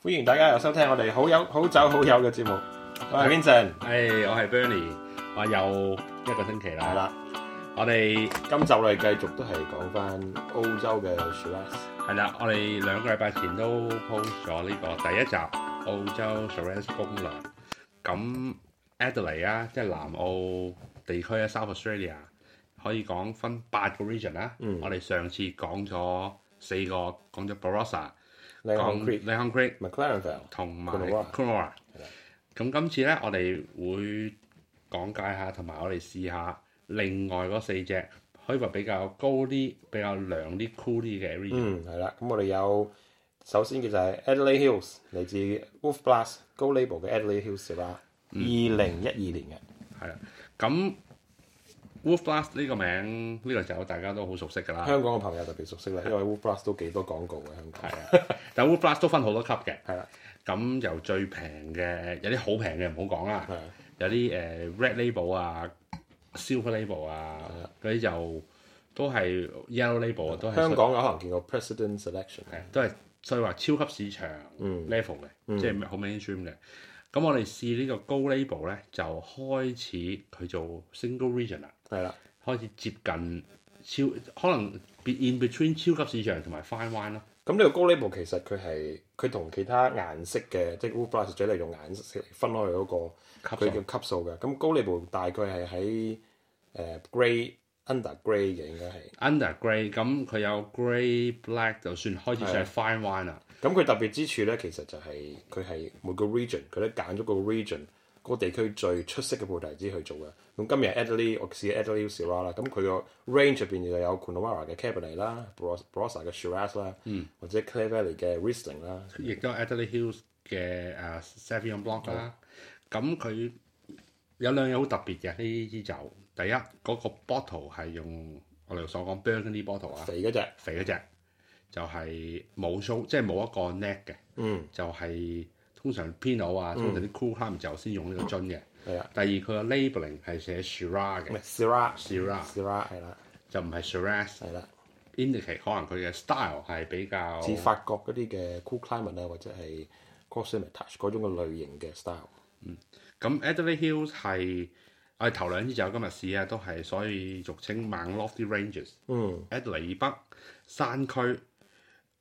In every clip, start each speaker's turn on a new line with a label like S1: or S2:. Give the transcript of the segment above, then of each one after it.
S1: 歡迎大家又收聽我哋好友好酒好友嘅節目。我係 Vincent，
S2: 誒，我係 Bernie，話又一個星期
S1: 係
S2: 啦。
S1: 啦，
S2: 我哋
S1: 今集我哋繼續都係講翻澳洲嘅 Shiraz。
S2: 係啦，我哋兩個禮拜前都 post 咗呢個第一集澳洲 Shiraz 攻略。咁 Adelaide 啊，即係南澳地區啊，South Australia 可以講分八個 region 啦。
S1: 嗯
S2: 我哋上次講咗四個，講咗 Barossa，
S1: Lennon
S2: 講
S1: Creek、
S2: Lehigh Creek。
S1: McLarenville
S2: 同埋
S1: Coonawarra
S2: c o r a
S1: 係啦
S2: 咁今次咧，我哋會講解下，同埋我哋試下另外嗰四隻，可以話比較高啲、比較涼啲、cool 啲嘅 region。
S1: 嗯，係啦。咁我哋有首先嘅就係 Adelaide Hills，嚟自 Wolf Blass 高 label 嘅 Adelaide Hills Shiraz，二
S2: 嗯
S1: 零一二年嘅。
S2: 係啦、咁 Wolf Blast 呢個名呢、個酒大家都好熟悉㗎啦。
S1: 香港嘅朋友特別熟悉啦，因為 Wolf Blass 都幾多廣告嘅香港。
S2: 係啊，但 Wolf Blast 都分好多級嘅。
S1: 係啦，
S2: 咁由最平嘅，有啲好平嘅唔好講啦。
S1: 係啊
S2: 有啲誒、呃 red label 啊、silver label 啊
S1: 係啊，
S2: 嗰啲就都係 yellow label 啊，都係
S1: 香港有可能見過 President Selection
S2: 係都係所以話超級市場
S1: 嗯
S2: level 嘅，即係好 mainstream 嘅。咁我哋試呢個高 label 咧，就開始佢做 single region 啦，
S1: 係啦，
S2: 開始接近超可能 be- in between 超級市場同埋 fine wine 咯。
S1: 咁呢個高 label 其實佢係佢同其他顏色嘅，即係 Wolf Blass 主力用顏色嚟分開佢嗰、個
S2: 級數
S1: 佢叫級數嘅。咁高 label 大概係喺誒 grey under grey 嘅應該係。
S2: under grey 咁佢有 grey black 就算開始上 fine wine 啦，
S1: 咁佢特別之處咧，其實就係佢係每個 region 佢都揀咗個 region 嗰個地區最出色嘅菩提子去做嘅。咁今日 Adelaide 我試 Adelaide Syrah 啦，咁佢個 range 入邊就有 Coonawarra 嘅 Cabernet 啦，Barossa 嘅 Shiraz 啦，
S2: 嗯
S1: 或者 Clare Valley 嘅 Riesling 啦，
S2: 亦都有 Adelaide Hills 嘅誒 Savion Blanc 啦。咁佢有兩樣好特別嘅呢支酒，第一嗰、個 bottle 係用我哋所講 Burgundy bottle 啊。
S1: 肥嗰只，
S2: 肥嗰只就係冇須，即係冇一個 neck 嘅，
S1: 嗯，
S2: 就係、通常 Pinot 啊，通常啲 cool climb 就先用呢個樽嘅。
S1: 係啊，
S2: 第二佢個 labeling 係寫 Shiraz
S1: 唔係
S2: 嘅
S1: Syrah，Syrah
S2: ，Shiraz
S1: 係啦，
S2: 就唔係 Shiraz。
S1: 係啦，
S2: indicate 可能佢嘅 style 係比較
S1: 似法國嗰啲嘅 Cool Climate 啊，或者係 c o s m e t a g e 嗰種嘅類型嘅 style。
S2: 咁 Adelaide Hills 係我哋頭兩支酒今日試啊，都係所以俗稱猛 lofty ranges。
S1: 嗯，
S2: Adelaide 以北山區，誒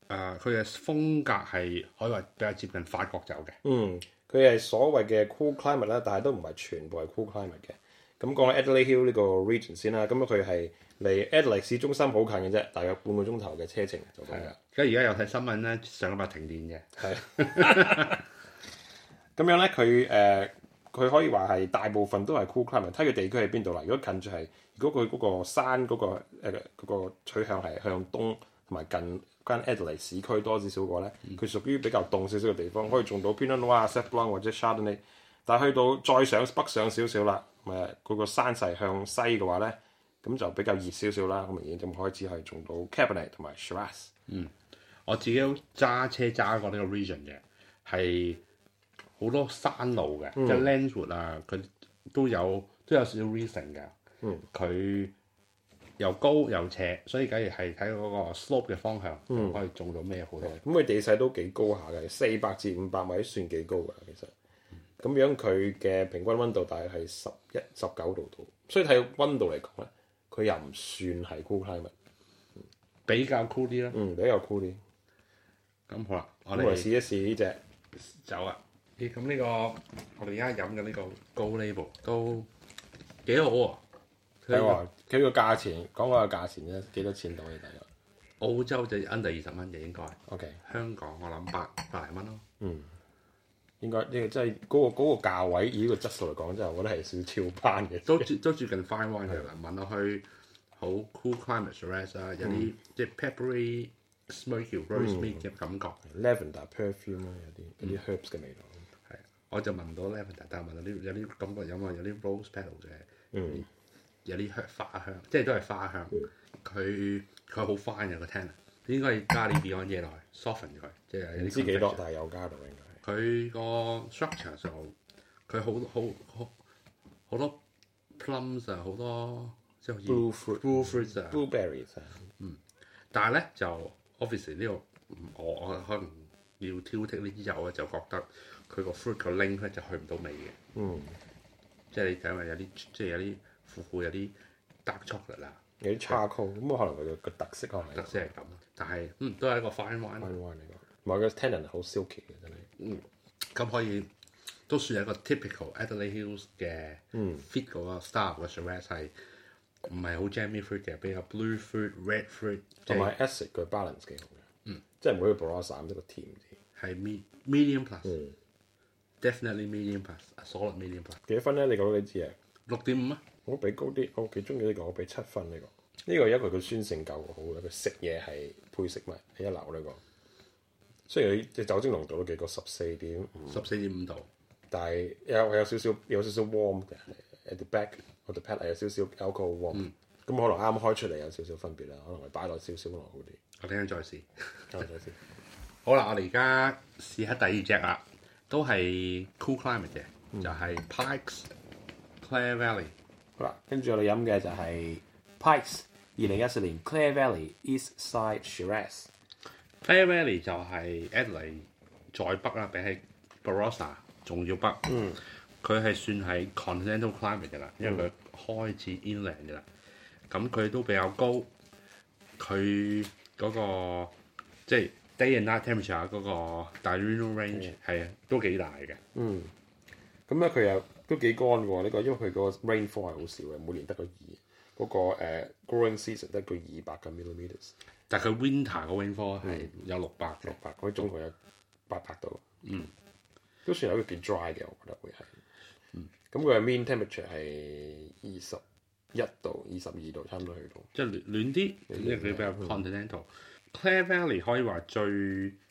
S2: 佢嘅風格係可以話比較接近法國酒嘅。
S1: 嗯，佢係所謂嘅 cool climate 啦，但係都唔係全部係 cool climate 嘅。咁講下 Adelaide Hill 呢個 region 先啦，咁佢係離 Adelaide 市中心好近嘅啫，大約半個鐘頭嘅車程就到
S2: 係
S1: 啦
S2: 啦。，咁而家有睇新聞咧，上個禮拜停電嘅，
S1: 係。 咁樣咧，佢誒呃佢可以話係大部分都係 cool climate，睇佢地區喺邊度啦。如果近住係，如果佢嗰個山嗰、個呃誒嗰、個取向係向東同埋近間 Adelaide 市區多少少嘅話咧，佢屬於比較凍少少嘅地方，可以種到 Pinot Noir、s a u v l o n 或者 Chardonnay。但係去到再上北上少少啦，誒、嗰個山勢向西嘅話咧，咁就比較熱少少啦。咁明顯就開始係種到 Cabernet 同埋 Shiraz。
S2: 我自己都揸車揸過呢個 region 嘅，係好多山路
S1: 嗯
S2: 嘅，即係 Landswood 啊，佢都有都有少少 reason 嘅。
S1: 嗯
S2: 佢、又高又斜，所以梗係係睇嗰個 slope 嘅方向，
S1: 嗯
S2: 可以種到咩好多。
S1: 咁佢地勢都幾高下嘅，四百至五百米算幾高㗎啦，其實。咁樣佢嘅平均温度大概係十一、十九度度，所以睇温度嚟講咧，佢又唔算係 cool climate，
S2: 比較 cool 啲啦。
S1: 嗯，比較 cool 啲。
S2: 咁好啦，我
S1: 咁我嚟
S2: 哋
S1: 試一試呢只，
S2: 走啦。咦，咁呢、個我哋而家飲嘅呢個高 label 都幾好喎、佢
S1: 睇話佢個價錢，講下個價錢啫，幾多錢到你大約
S2: 澳洲就 under 二十蚊嘅應該。
S1: ？OK，
S2: 香港我諗百百零蚊咯，
S1: 應該呢個真係嗰個嗰個價位，以呢個質素嚟講，真係我覺得係少超班嘅。
S2: 都接 都接近 fine wine 嘅啦。聞落去好 cool climate shiraz 啊，有
S1: 嗯
S2: 啲即係 peppery smoky rose meat 嘅感覺。
S1: Lavender perfume 咯，有啲有啲 herbs 嘅味道。
S2: 係，我就聞到 lavender，但係聞到啲有啲感覺有冇有啲 rose petal 嘅，
S1: 嗯
S2: 有啲香花香，即係都係花香。佢佢好 fine 嘅個 tannin，應該係 加啲 Beyond 嘢落去 soften 佢，即係有
S1: 唔
S2: 啲
S1: 知幾多
S2: conviction，
S1: 嗯但係有加到應該係。
S2: 佢個 structure 就佢好好好好多 plums 啊，好多即係好似
S1: Blue fruit
S2: blue fruits 啊，
S1: Blueberries 啊
S2: 但係咧就 obviously 呢個唔我我可能要挑剔呢啲油咧，就覺得佢個 fruit 個 link 咧就去唔到尾嘅。
S1: 嗯，
S2: 即係你睇下有啲即係有啲苦苦有啲 dark chocolate 啦，
S1: 有啲叉 c 咁啊可能佢個特色可能
S2: 特
S1: 係
S2: 色係咁。但係嗯都係一個 fine wine，
S1: 彎彎嚟講，唔係個 tannin 好 silky 嘅真係。
S2: 咁可以都算係一個 typical Adelaide Hills 嘅
S1: 嗯
S2: fit 嗰個 style 嘅 Shiraz 係唔係好 jammy fruit 嘅，比較 blue fruit、red fruit，即
S1: 同
S2: 係
S1: 埋 acid 佢 balance 幾好嘅，
S2: 嗯
S1: 即係唔會 b r o s a 咁即係個甜啲。
S2: 係 me- medium
S1: 嗯
S2: plus。Definitely medium plus，a solid medium plus，
S1: 幾多分咧？你覺得呢支嘢？
S2: 六點五啊！
S1: 我俾高啲，我幾中意呢個，我俾七分呢、個。呢、個因為佢酸性夠好啦，佢食嘢係配食物係一流呢、個。雖然佢嘅酒精濃度都幾高，十四點五，
S2: 十四點五度，
S1: 但係有有少少有少少 warm 嘅，at the back of the palate 有少少 alcohol warm，咁、可
S2: 嗯
S1: 能啱開出嚟有少少分別啦，可能佢擺耐少少可能好啲。
S2: 我聽再試。
S1: 等陣先，
S2: 好啦，我哋而家試下第二隻啦，都係 cool climate 嘅，就係 Pikes Clare Valley。
S1: 好啦，跟住我哋飲嘅就係 Pikes 二零一四年 Clare Valley East Side Shiraz。
S2: Clare Valley 就係 Adelaide 再北啦，比起 Barossa 仲要北。嗯，佢係算係 continental climate 嘅啦，因為佢開始 inland 嘅啦。咁佢都比較高，佢嗰、個即係 day and night temperature 嗰個 diurnal range 係、都幾大嘅。
S1: 咁咧佢又都幾乾嘅喎，呢、個因為佢個 rainfall 係好少嘅，每年得個二，嗰、個、呃 growing season 得佢二百個 millimeters，
S2: 但佢 winter 個 rainfall 嗯係有六百嘅
S1: 六。百，佢中國有八百度，嗯，都算係一個幾 dry 嘅，我覺得會係，咁佢嘅 mean temperature 係二十一度、二十二度，差唔多去到，
S2: 即係暖暖啲，嗯因為佢比較 continental。Clare Valley 可以話最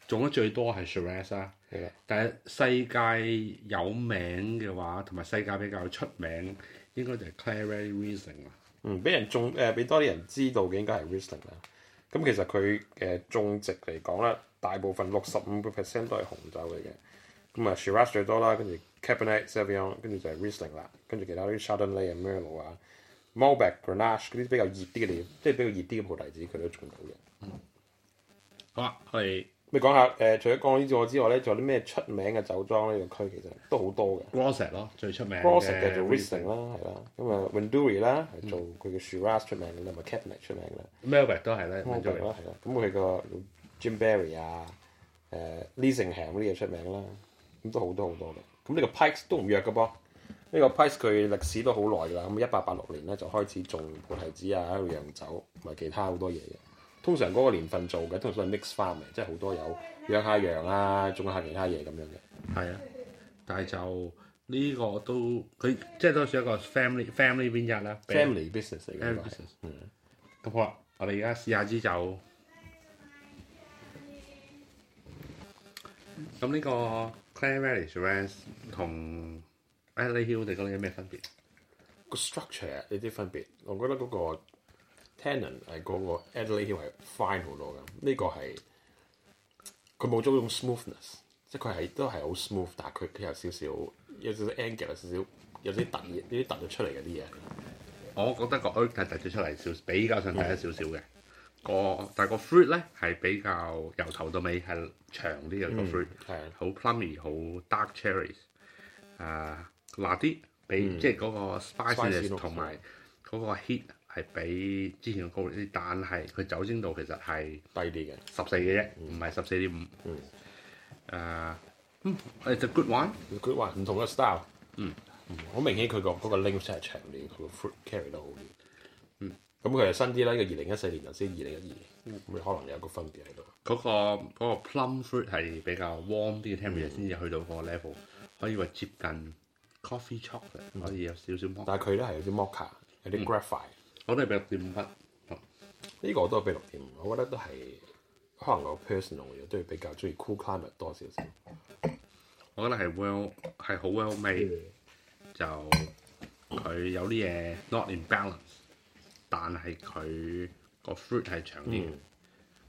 S2: 種得最多係 Shiraz 啦，
S1: 係啦，
S2: 但係世界有名嘅話，同埋世界比較出名，應該就係 Clare Valley Riesling 啦。
S1: 嗯，俾人種誒，俾、多啲人知道嘅應該係 Riesling 啦。咁其實佢嘅種植嚟講咧，大部分六十五個 percent 都係紅酒嚟嘅。咁啊，Shiraz 最多啦，跟住 Cabernet Sauvignon，跟住就係 Riesling 啦，跟住其他啲 Chardonnay 啊、Merlot 啊、Malbec、Grenache 嗰啲比較熱啲嘅地，即係比較熱啲嘅葡提子，佢都種到嘅。
S2: 好啦，我哋
S1: 你講下誒、呃除咗講呢個之外咧，仲有啲咩出名嘅酒莊呢個區其實都好多嘅。
S2: Grosset 咯，最出名
S1: r o s s 嘅做
S2: Riesling
S1: Riesling 啦，係啦，咁啊 w i n d u r i 啦，係做佢嘅 Shiraz 出名嘅啦，同埋 Cabernet 出名嘅啦。
S2: Melbourne 都係咧，
S1: 咁係啦，係啦。咁佢個 Jim Barry 啊，誒 l e a s i n g h a m 嗰啲嘢出名啦，咁都好多好多嘅。咁呢個 Pikes 都唔弱嘅噃。呢個 Pikes 佢歷史都好耐㗎啦，咁一八八六年咧就開始種葡提子啊，喺度釀酒同埋其他好多嘢嘅。通常嗰個年份做嘅，通常都係 mix farm 嚟，即係好多有養下羊啊，種下其他嘢咁樣嘅。
S2: 係啊，但係就呢個都佢即係都算一個 family family vineyard 啦
S1: family business 嚟嘅呢
S2: family
S1: 個係，
S2: business。咁啊好啦，我哋而家試下支酒。咁呢個 Clare Valley Shiraz 同 Adelaide Hill 你覺得有咩分別？
S1: 個 structure 有啲分別。我覺得嗰個 Tenon 係嗰個 Adelaide Hill 係 fine 好多嘅，呢、個係佢冇咗嗰種 smoothness，即係佢係都係好 smooth，但係佢佢有少少有少少 angle，有少少有啲突嘢，有啲突咗出嚟嗰啲嘢。
S2: 我覺得個 oak 係突咗出嚟少，比較上突咗少少嘅。個但係個 fruit 咧係比較由頭到尾係長啲嘅個 fruit，
S1: 係啊
S2: 好 plummy，好 dark cherries，啊辣啲，比即係嗰個
S1: Spicy
S2: spiciness
S1: 咯
S2: 同埋嗰個 heat 係比之前嘅高啲，但係佢酒精度其實係
S1: 低啲嘅，
S2: 十四嘅啫，唔係十四點五。誒，嗯，it's a good one。
S1: 佢話唔同嘅 style，嗯，好明顯佢個嗰個 link 真係長啲，佢個 fruit carry 得好啲，嗯，咁佢係新啲啦，呢個二零一四年就先二零一二年，咁可能有個分別喺度，
S2: 嗰、個嗰、個 plum fruit 係比較 warm 啲嘅 temperature 先至去到嗰個 level，可以話接近 coffee chocolate，、可以有少少 m o
S1: 但係佢咧係有啲 mocha，有啲 graphite。
S2: 我都係俾六點五分。
S1: 呢個我都俾六點五，我覺得都係可能我 personal 嘅都係比較中意 cool climate 多少少。
S2: 我覺得係 well 係好 well made，就佢有啲嘢 not in balance，但係佢個 fruit 係長啲嘅，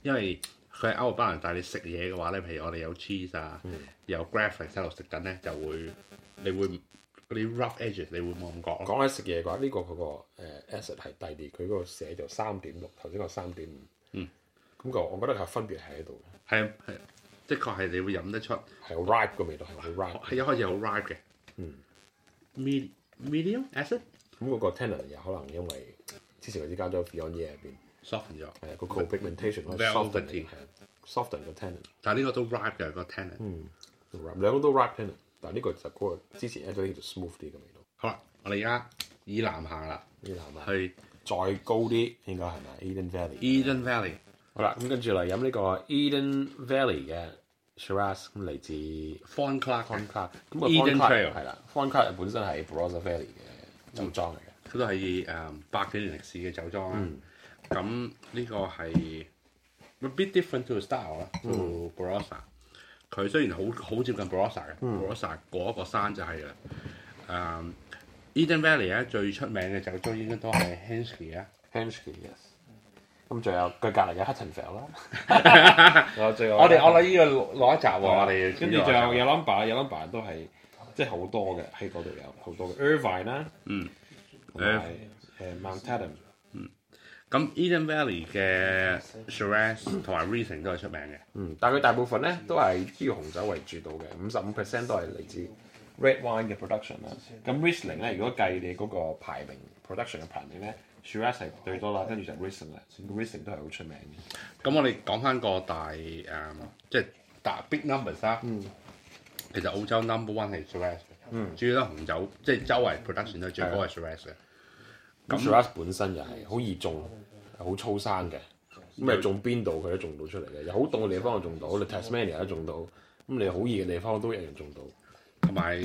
S2: 因為佢係 out of balance。但係你食嘢嘅話咧，譬如我哋有 cheese 啊，有 graphic 喺度食緊咧，就會你會嗰啲 rough edges 你會冇咁覺咯。
S1: 講起食嘢嘅話，呢、個佢個誒 asset 係低啲，佢嗰個寫就三點六，頭先個三點五。嗯。咁個我覺得係分別係喺度嘅。
S2: 係係啊的確係你會飲得出，
S1: 係好 ripe 個味道，係好 ripe。
S2: 係一開始係好 ripe 嘅。嗯，med medium acid
S1: 咁嗰個 tannin 有可能因為之前佢啲加咗 Viognier 入邊，
S2: soften 咗，
S1: 係啊個 co-pigmentation 可以
S2: Velvety
S1: soften 係啊 soften 個 tannin。
S2: 但係呢個都 ripe 嘅個 tannin。
S1: 兩個都 ripe tannin，但係呢個就嗰個之前 a d e l a d smooth 啲嘅味道，
S2: 好啦，我哋而家以南行啦，
S1: 呢男啊
S2: 去
S1: 再高啲應該係咪 Eden Valley？
S2: Eden Valley。
S1: 好啦，咁跟住嚟飲呢個 Eden Valley 嘅 Shiraz，咁嚟自
S2: Fon Clark
S1: Fon
S2: 嘅
S1: Clark。咁
S2: Eden Trail
S1: 係啦，Fon Clark 本身係 Barossa Valley 嘅酒莊嚟嘅，
S2: 佢都係誒百幾年歷史嘅酒莊啦。咁呢、個係 a bit different to style 啦，to Barossa。佢雖然好好接近 Barossa 嘅、Barossa 嗰個山就係啦。誒、Eden Valley 咧最出名嘅酒莊應該都係 Henschke 啊。
S1: Henschke yes。咁仲有佢隔離嘅 Huttonville 啦，我最
S2: 我哋我諗呢個攞一集喎，哦我哋
S1: 跟住仲有有 number 有 number 都係即係好多嘅喺嗰度有好多嘅 Irvine 啦，嗯，同埋誒 Mount Adam。
S2: 咁 Eden Valley 嘅 Shiraz 同埋 Riesling 都係出名嘅。
S1: 嗯，但係佢大部分咧都係以紅酒為主導嘅，五十五 percent 都係嚟自 red wine 嘅 production 啦。咁 Riesling 咧，如果計你嗰個排名 production 嘅排名咧，Shiraz 係最多啦，跟住就 Riesling 啦。咁 Riesling 都係好出名嘅。
S2: 咁我哋講翻個大誒、嗯即係大 big numbers 啦。
S1: 嗯
S2: 其實澳洲 number one 係 Shiraz 嘅，主要都係紅酒，即係周圍 production 都最高係 Shiraz 嘅。
S1: 咁 Shiraz 本身又係好易種，好粗生嘅。咁你種邊度佢都種到出嚟嘅，有好凍嘅地方就種到，你 Tasmania 都種到，咁你好熱嘅地方都一樣種到。
S2: 同埋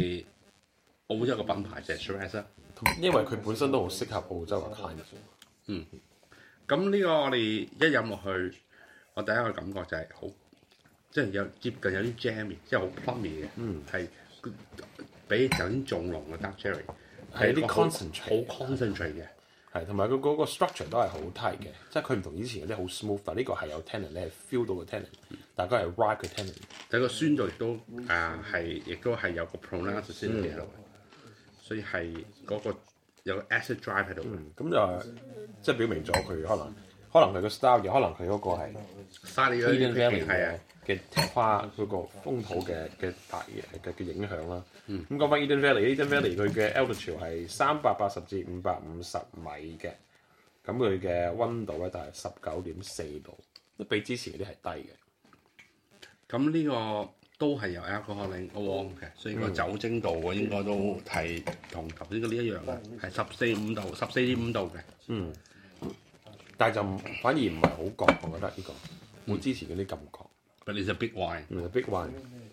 S2: 澳洲嘅品牌就係 Shiraz 啦。
S1: 因為佢本身都好適合澳洲嘅 climate。
S2: 咁呢個我哋一飲落去，我第一個感覺就係好，即係有接近有啲 jammy，即係好 plummy 嘅，
S1: 嗯
S2: 係、比頭先仲濃嘅 dark cherry，
S1: 係啲
S2: 一個好
S1: concentrate
S2: 好 concentrate 嘅。
S1: 係，同埋佢嗰個 structure 都係好 tight 嘅，即係佢唔同以前嗰啲好 smooth，但呢個係有 tannin，你係 feel 到個 tannin，但係佢係 ripe 嘅 tannin。
S2: 睇個酸度亦都啊係，亦都係有個 pronounce 先喺度，所以係嗰、個有個 acid drive 喺度嘅
S1: 嗯咁就係即係表明咗佢可能可能佢個 style 嘅，可能佢嗰個係
S2: Sally
S1: Eden
S2: 嘅
S1: Valley
S2: 係
S1: 嘅
S2: 啊，
S1: 嘅花嗰個風土嘅嘅大嘅嘅影響啦。
S2: 嗯
S1: 咁講翻 Eden Valley，Eden Valley 佢嘅 altitude 係三百八十至五百五十米嘅，咁佢嘅温度咧就係十九點四度，都比之前嗰啲係低嘅。
S2: 咁呢個都係有 alcohol in warm 嘅，所以個酒精度嘅應該都係同頭先嗰啲一樣嘅，係十四五度，十四點五度嘅。
S1: 嗯但係就唔反而唔係好覺，我覺得呢、個冇之前嗰啲感覺。
S2: But it's a big wine。
S1: 唔係 big wine。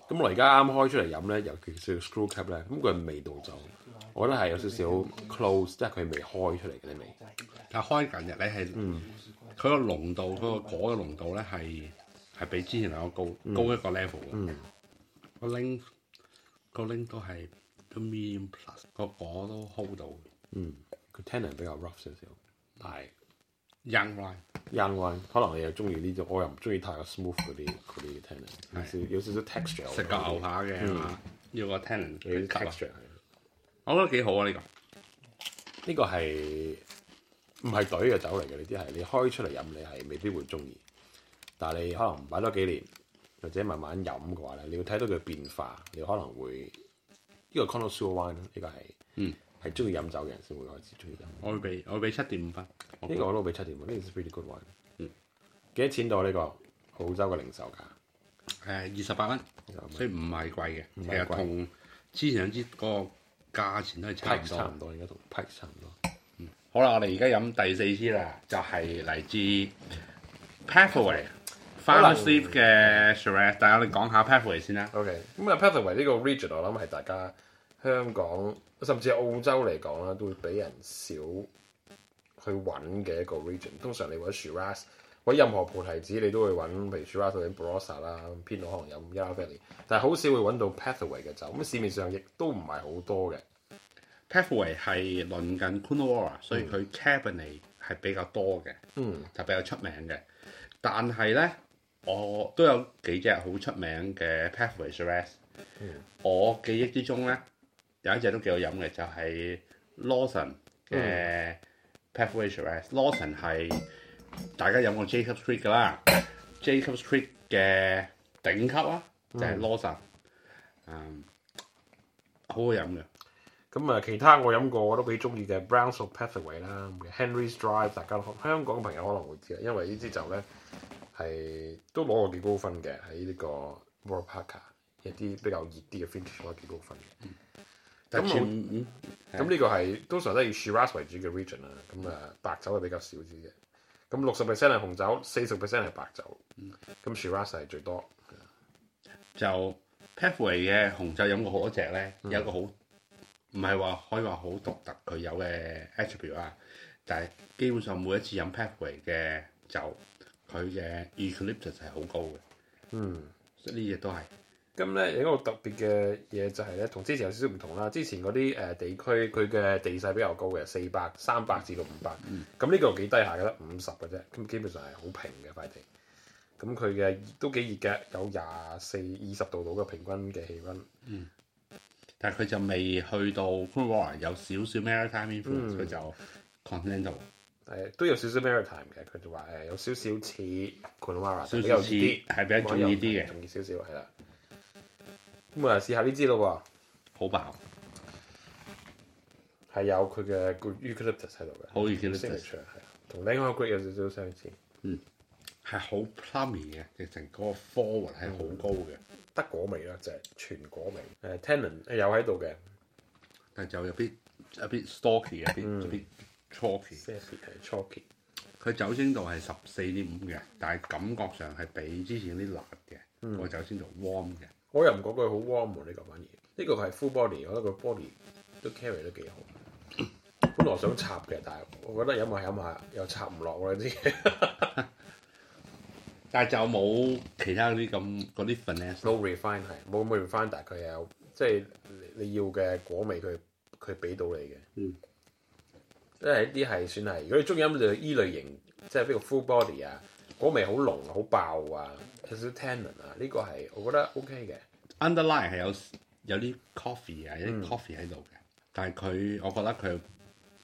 S1: 咁我而家啱開出嚟飲咧，尤其是 screw cap 咧，咁佢嘅味道就我覺得係有少少 close，即係佢未開出嚟嘅啲味。
S2: 但開近日咧係，佢個濃度，佢個果嘅濃度咧係係比之前兩個高高一個 level 嘅。個 link 個 link 都係都 medium plus，個果都 hold 到嘅。
S1: 嗯，佢 tannin 比較 rough 少少，但係
S2: Young wine
S1: young wine 可能你又中意呢種，我又唔中意太過 smooth 嗰啲嗰啲 tannin，有少有少少 texture 我覺
S2: 食
S1: 得。
S2: 個牛扒嘅係嘛？要個 tannin
S1: 有啲
S2: 吸啊
S1: texture 係。
S2: 我覺得幾好啊呢個。
S1: 呢個係唔係隊嘅酒嚟嘅？呢啲係你開出嚟飲，你係未必會中意。但係你可能擺多幾年，或者慢慢飲嘅話咧，你要睇到佢變化，你可能會呢、個 c o n o s s e u r wine 呢個係
S2: 嗯
S1: 係中意飲酒嘅人先會開始中意飲。呢、
S2: 我會俾我會俾七點五分。我
S1: 個我都俾七點喎，呢個 is pretty good wine。
S2: 嗯，
S1: 幾多錢到呢、個澳洲嘅零售價？
S2: 誒二十八蚊，所以唔係貴嘅，其
S1: 係
S2: 實
S1: 貴
S2: 同之前兩支嗰個價錢都係差唔
S1: Pike
S2: 多
S1: 差。唔多，應該同 Pike 差唔多。
S2: 好啦，我哋而家飲第四支啦，就係、嚟自 Pathway Farmer Sleep 嘅 Shiraz。但係我哋講下 Pathway 先啦。
S1: OK，咁啊 p a t h w a y 呢個 region 我諗係大家香港甚至係澳洲嚟講啦，都會俾人少去揾嘅一個 region。通常你揾 Shiraz 揾任何菩提子，你都會揾譬如 Shiraz 或者 Barossa 啦，偏到可能有 Yarra Valley，但係好少會揾到 p a t h w a y 嘅酒。咁市面上亦都唔係好多嘅。
S2: Pathway 係鄰近 Coonawarra，所以佢 Cabernet 係比較多嘅，
S1: 嗯，
S2: 就比較出名嘅。但係咧，我都有幾隻好出名嘅 Pathway Shiraz。
S1: 嗯
S2: 我記憶之中咧，有一隻都幾好飲嘅，就係、Lawson
S1: 嗯
S2: 嘅 Pathway Shiraz。Lawson 係大家飲過 Jacob Street 噶啦，Jacob Street 嘅頂級啊，就係 l o s a 嗯，好好飲嘅。
S1: 咁啊，其他我飲過我都幾中意嘅 Browns of Pathway 啦，Henry's Drive，大家可香港嘅朋友可能會知啦，啊因為呢支酒咧係都攞過幾高分嘅喺呢個 w o r l d Parker 一啲比較熱啲嘅 Vintage 攞幾高分嘅。
S2: 但
S1: 咁
S2: 前
S1: 我
S2: 嗯
S1: 咁呢個係通常都係以 Shiraz 為主嘅 region 啦，咁啊白酒係比較少啲嘅。咁六十 percent 係紅酒，四十 percent 係白酒，咁 Shiraz 係最多。
S2: 就 Pathway 嘅紅酒飲過好多隻咧，
S1: 嗯
S2: 有一個好唔係話可以話好獨特佢有嘅 attribute 啊，但係基本上每一次飲 Pathway 嘅酒，佢嘅 eucalyptus 係好高嘅，
S1: 嗯。
S2: 所以呢隻都係
S1: 咁咧有一個特別嘅嘢就係咧，同之前有少少唔同啦。之前嗰啲誒地區佢嘅地勢比較高嘅，四百、三
S2: 嗯
S1: 百至到五百。咁呢個幾低下嘅，得五十嘅啫。咁基本上係好平嘅塊地。咁佢嘅都幾熱嘅，有廿四、二十度到嘅平均嘅氣温。
S2: 但係佢就未去到 c o o r a 有少少 maritime
S1: 嗯
S2: influence，佢、就 continental
S1: 誒、都有少少 maritime 嘅，佢就話誒有少少似 c o n w a r a
S2: 少
S1: 比較
S2: 少
S1: 熱
S2: 似
S1: 啲，
S2: 係比較中意啲嘅，
S1: 中意少少係啦。咁啊，試下呢支咯
S2: 好飽，
S1: 喎，係有佢嘅 good eucalyptus 喺度嘅。
S2: 好 eucalyptus，
S1: signature 係同 l a n g o g r a d 有少少相似。
S2: 係好 plummy 嘅，直情嗰個 forward 係好高嘅，
S1: 得果味啦，就係、全果味。誒、t a n n i n 有喺度嘅，
S2: 但係就有啲有啲 stocky，有
S1: 嗯
S2: 啲有啲 chalky。
S1: 即係係 chalky。
S2: 佢酒精度係十四點五嘅，但係感覺上係比之前啲辣嘅，個酒精度 warm 嘅。
S1: 我又唔覺佢好 warm 喎，呢、個反而呢、個係 full body，我覺得個 body 都 carry 得幾好。本來我想插嘅，但係我覺得飲下飲下又插唔落喎呢啲嘢。
S2: 但係就冇其他嗰啲咁嗰啲 finesse，
S1: 冇 refine 係冇冇 refine，但係佢有即係你你要嘅果味，佢佢俾到你嘅。
S2: 嗯，
S1: 即係呢啲係算係，如果你中意飲類依類型，即係比如 full body 啊，果味好濃好爆啊，有少少 tannin 啊，呢、個係我覺得 OK 嘅。
S2: underline 係有有啲 coffee 啊，有啲 coffee 喺度嘅。但係佢，我覺得佢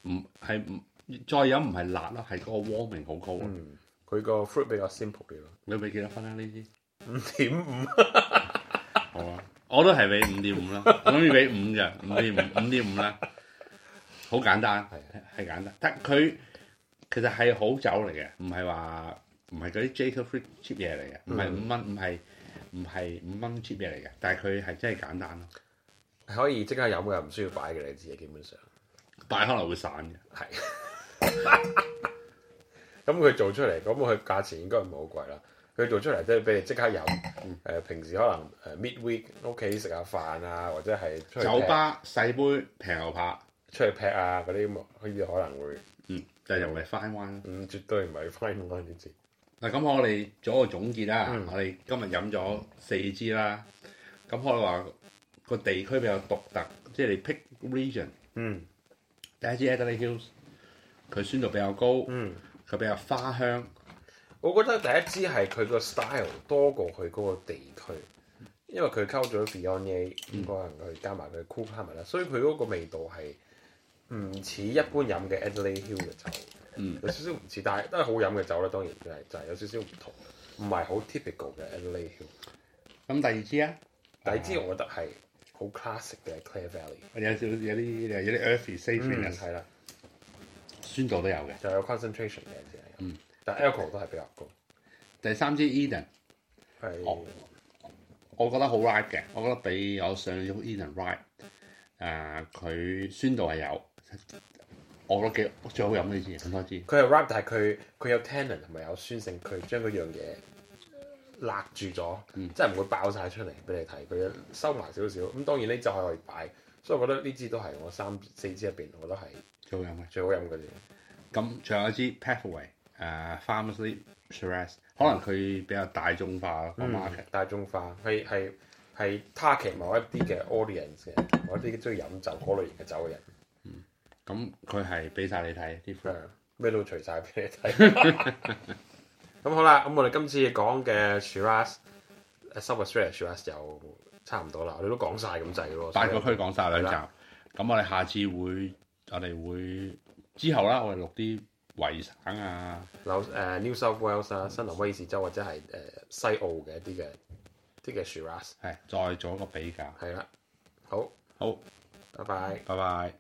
S2: 唔係唔再飲唔係辣咯，係嗰個 warming 好高啊。
S1: 嗯，佢個 fruit 比較 simple 啲咯，
S2: 你俾幾多分啊？呢啲
S1: 五點五。
S2: 好啊，我都係俾五點五啦，我諗住俾五嘅，五點五，五點五啦，好簡單，
S1: 啊
S2: 係簡單，但佢其實係好酒嚟嘅，唔係話唔係嗰啲 Jacob Free cheap 嘢嚟嘅，唔
S1: 嗯
S2: 係五蚊，唔係唔係五蚊 cheap 嘢嚟嘅，但係佢係真係簡單咯，
S1: 係可以即刻飲嘅，唔需要擺嘅你知嘅，基本上
S2: 擺可能會散嘅，
S1: 係。咁佢做出嚟，咁佢價錢應該唔係好貴啦。佢做出嚟即係俾你即刻飲。誒、
S2: 嗯
S1: 平時可能誒 midweek 屋企食下飯啊，或者係出去
S2: 酒
S1: 劈
S2: 吧細杯平牛扒，
S1: 出去劈啊嗰啲咁，呢啲可能會
S2: 嗯，但係又唔係 fine wine 咯。
S1: 嗯絕對唔係 fine wine 呢支。
S2: 嗱，咁我哋做一個總結啦。
S1: 嗯
S2: 我哋今日飲咗四支啦。咁可以話個地區比較獨特，即係你 pick region。
S1: 嗯。
S2: 第一支 Adelaide Hills，佢酸度比較高，
S1: 嗯，
S2: 佢比較花香，
S1: 我覺得第一支係佢個 style 多過佢嗰個地區，因為佢溝咗 Viognier，可能佢加埋佢 Cool c l i m a 啦，所以佢嗰個味道係唔似一般飲嘅 Adelaide Hill 嘅酒，
S2: 嗯
S1: 有少少唔似，但係都係好飲嘅酒啦，當然就係就係有少少唔同，唔係好 typical 嘅 Adelaide Hill。
S2: 咁第二支啊，
S1: 第二支我覺得係好 classic 嘅 Clare Valley，
S2: 有少有啲有啲 earthy
S1: 嗯
S2: savoriness，
S1: 係啦，
S2: 酸度都有嘅。
S1: 就有 concentration 嘅只係，但 alcohol 都係比較高，
S2: 第三支 Eden，
S1: 係、
S2: 哦我覺得好 right 嘅，我覺得比我上咗 Eden right。誒、佢酸度係有，我覺得幾最好飲呢支，咁多支。
S1: 佢係 rap，但係佢佢有 tannin 同埋有酸性，佢將嗰樣嘢勒住咗，即係唔會爆晒出嚟俾你睇。佢收埋少少，咁當然呢就係可以擺，所以我覺得呢支都係我三四支入邊，我覺得係
S2: 最好飲嘅。
S1: 最好飲嗰啲。
S2: 咁仲有一支 Pathway 誒、Farmers Shiraz，可能佢比較大眾化個
S1: 嗯
S2: market，、
S1: 大眾化係係係 target 某一啲嘅 audience 嘅，某一啲中意飲酒嗰類型嘅酒嘅人，
S2: 咁佢係俾晒你睇啲 fruit
S1: 誒啊咩都除晒俾你睇。咁好啦，咁我哋今次講嘅 Shiraz 誒 South Australia Shiraz 就差唔多啦，我哋都講晒咁滯咯。
S2: 八個區講晒兩
S1: 係
S2: 集。咁我哋下次會，我哋會之後啦，我哋錄啲維省啊，
S1: 紐誒 New South Wales 啊、新南威爾士州或者係誒、西澳嘅一啲嘅即係 Shiraz
S2: 係再做一個比較。
S1: 係啦。好，
S2: 好，
S1: 拜拜。
S2: 拜拜。